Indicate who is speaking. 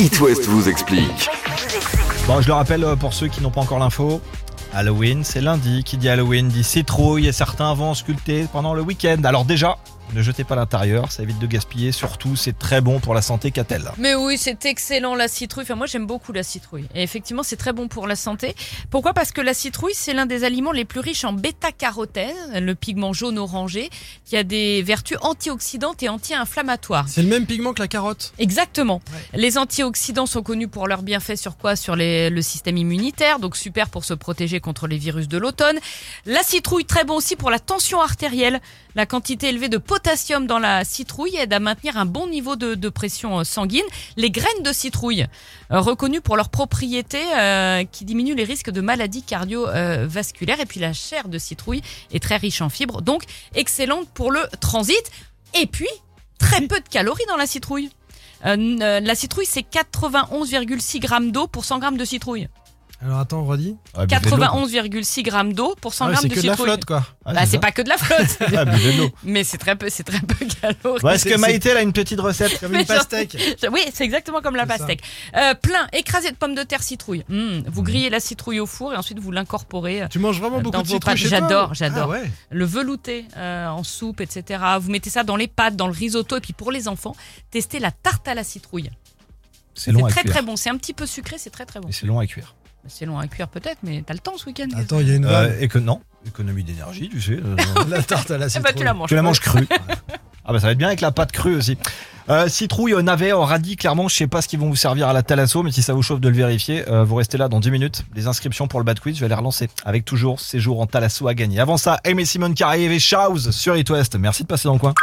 Speaker 1: It West vous explique.
Speaker 2: Bon, je le rappelle euh, pour ceux qui n'ont pas encore l'info. Halloween, c'est lundi. Qui dit Halloween dit citrouille et certains vont sculpter pendant le week-end. Alors déjà, ne jetez pas à l'intérieur, ça évite de gaspiller. Surtout, c'est très bon pour la santé qu'a-t-elle
Speaker 3: Mais oui, c'est excellent la citrouille. Enfin, moi, j'aime beaucoup la citrouille. Et effectivement, c'est très bon pour la santé. Pourquoi Parce que la citrouille, c'est l'un des aliments les plus riches en bêta-carotène, le pigment jaune orangé, qui a des vertus antioxydantes et anti-inflammatoires.
Speaker 4: C'est le même pigment que la carotte.
Speaker 3: Exactement. Les antioxydants sont connus pour leurs bienfaits sur quoi Sur les- le système immunitaire, donc super pour se protéger contre les virus de l'automne. La citrouille, très bon aussi pour la tension artérielle. La quantité élevée de potassium dans la citrouille aide à maintenir un bon niveau de, de pression euh, sanguine. Les graines de citrouille, euh, reconnues pour leurs propriétés euh, qui diminuent les risques de maladies cardiovasculaires. Et puis la chair de citrouille est très riche en fibres, donc excellente pour le transit. Et puis, très peu de calories dans la citrouille. Euh, n- euh, la citrouille, c'est 91,6 grammes d'eau pour 100 grammes de citrouille.
Speaker 4: Alors attends, redis.
Speaker 2: Ouais, Ah, buvez de l'eau.
Speaker 3: 91,6 grammes d'eau pour 100
Speaker 4: Ah ouais,
Speaker 3: grammes
Speaker 4: c'est
Speaker 3: de
Speaker 4: que de la
Speaker 3: citrouille.
Speaker 4: flotte, quoi.
Speaker 2: Ouais,
Speaker 3: Bah,
Speaker 2: Ah, c'est
Speaker 3: c'est
Speaker 2: ça.
Speaker 3: pas que de la flotte,
Speaker 2: Ah, buvez de l'eau.
Speaker 3: mais c'est très peu, c'est très peu calorique.
Speaker 2: Ouais, Est-ce
Speaker 4: c'est-
Speaker 2: que Maïté elle a une petite recette
Speaker 4: Comme
Speaker 3: Mais
Speaker 4: une
Speaker 3: genre-
Speaker 4: pastèque.
Speaker 3: Oui, c'est exactement comme la
Speaker 4: C'est ça.
Speaker 3: pastèque. Euh, plein, écrasé de pommes de terre citrouille. Hum, vous grillez la citrouille au four et ensuite vous l'incorporez.
Speaker 4: Tu manges vraiment
Speaker 3: Dans
Speaker 4: beaucoup de
Speaker 3: vos
Speaker 4: citrouille
Speaker 3: pâtes,
Speaker 4: chez toi
Speaker 3: j'adore,
Speaker 4: ou-
Speaker 3: j'adore.
Speaker 4: Ah ouais.
Speaker 3: le velouté euh, en soupe, etc. Vous mettez ça dans les pâtes, dans le risotto. Et puis pour les enfants, testez la tarte à la citrouille.
Speaker 2: C'est
Speaker 3: C'est
Speaker 2: long à
Speaker 3: très
Speaker 2: cuire.
Speaker 3: très bon. C'est un petit peu sucré, c'est très très bon.
Speaker 2: Mais c'est long à cuire.
Speaker 3: C'est long à cuire peut-être, mais t'as le temps ce week-end.
Speaker 4: Attends, il y a une vanne.
Speaker 2: Euh, et que non, économie d'énergie, tu sais. euh,
Speaker 4: La tarte à la
Speaker 3: Eh
Speaker 4: citrouille.
Speaker 3: bah, tu la manges.
Speaker 2: tu la
Speaker 3: pas.
Speaker 2: manges crue. ah bah ça va être bien avec la pâte crue aussi. Euh, citrouille, euh, navet, euh, radis, clairement, je sais pas ce qu'ils vont vous servir à la thalasso, mais si ça vous chauffe de le vérifier, euh, vous restez là dans 10 minutes. Les inscriptions pour le bad quiz, je vais les relancer avec toujours ces jours en thalasso à gagner. Avant ça, Aimé Simone Carrier et Shouse sur It West. Merci de passer dans le coin.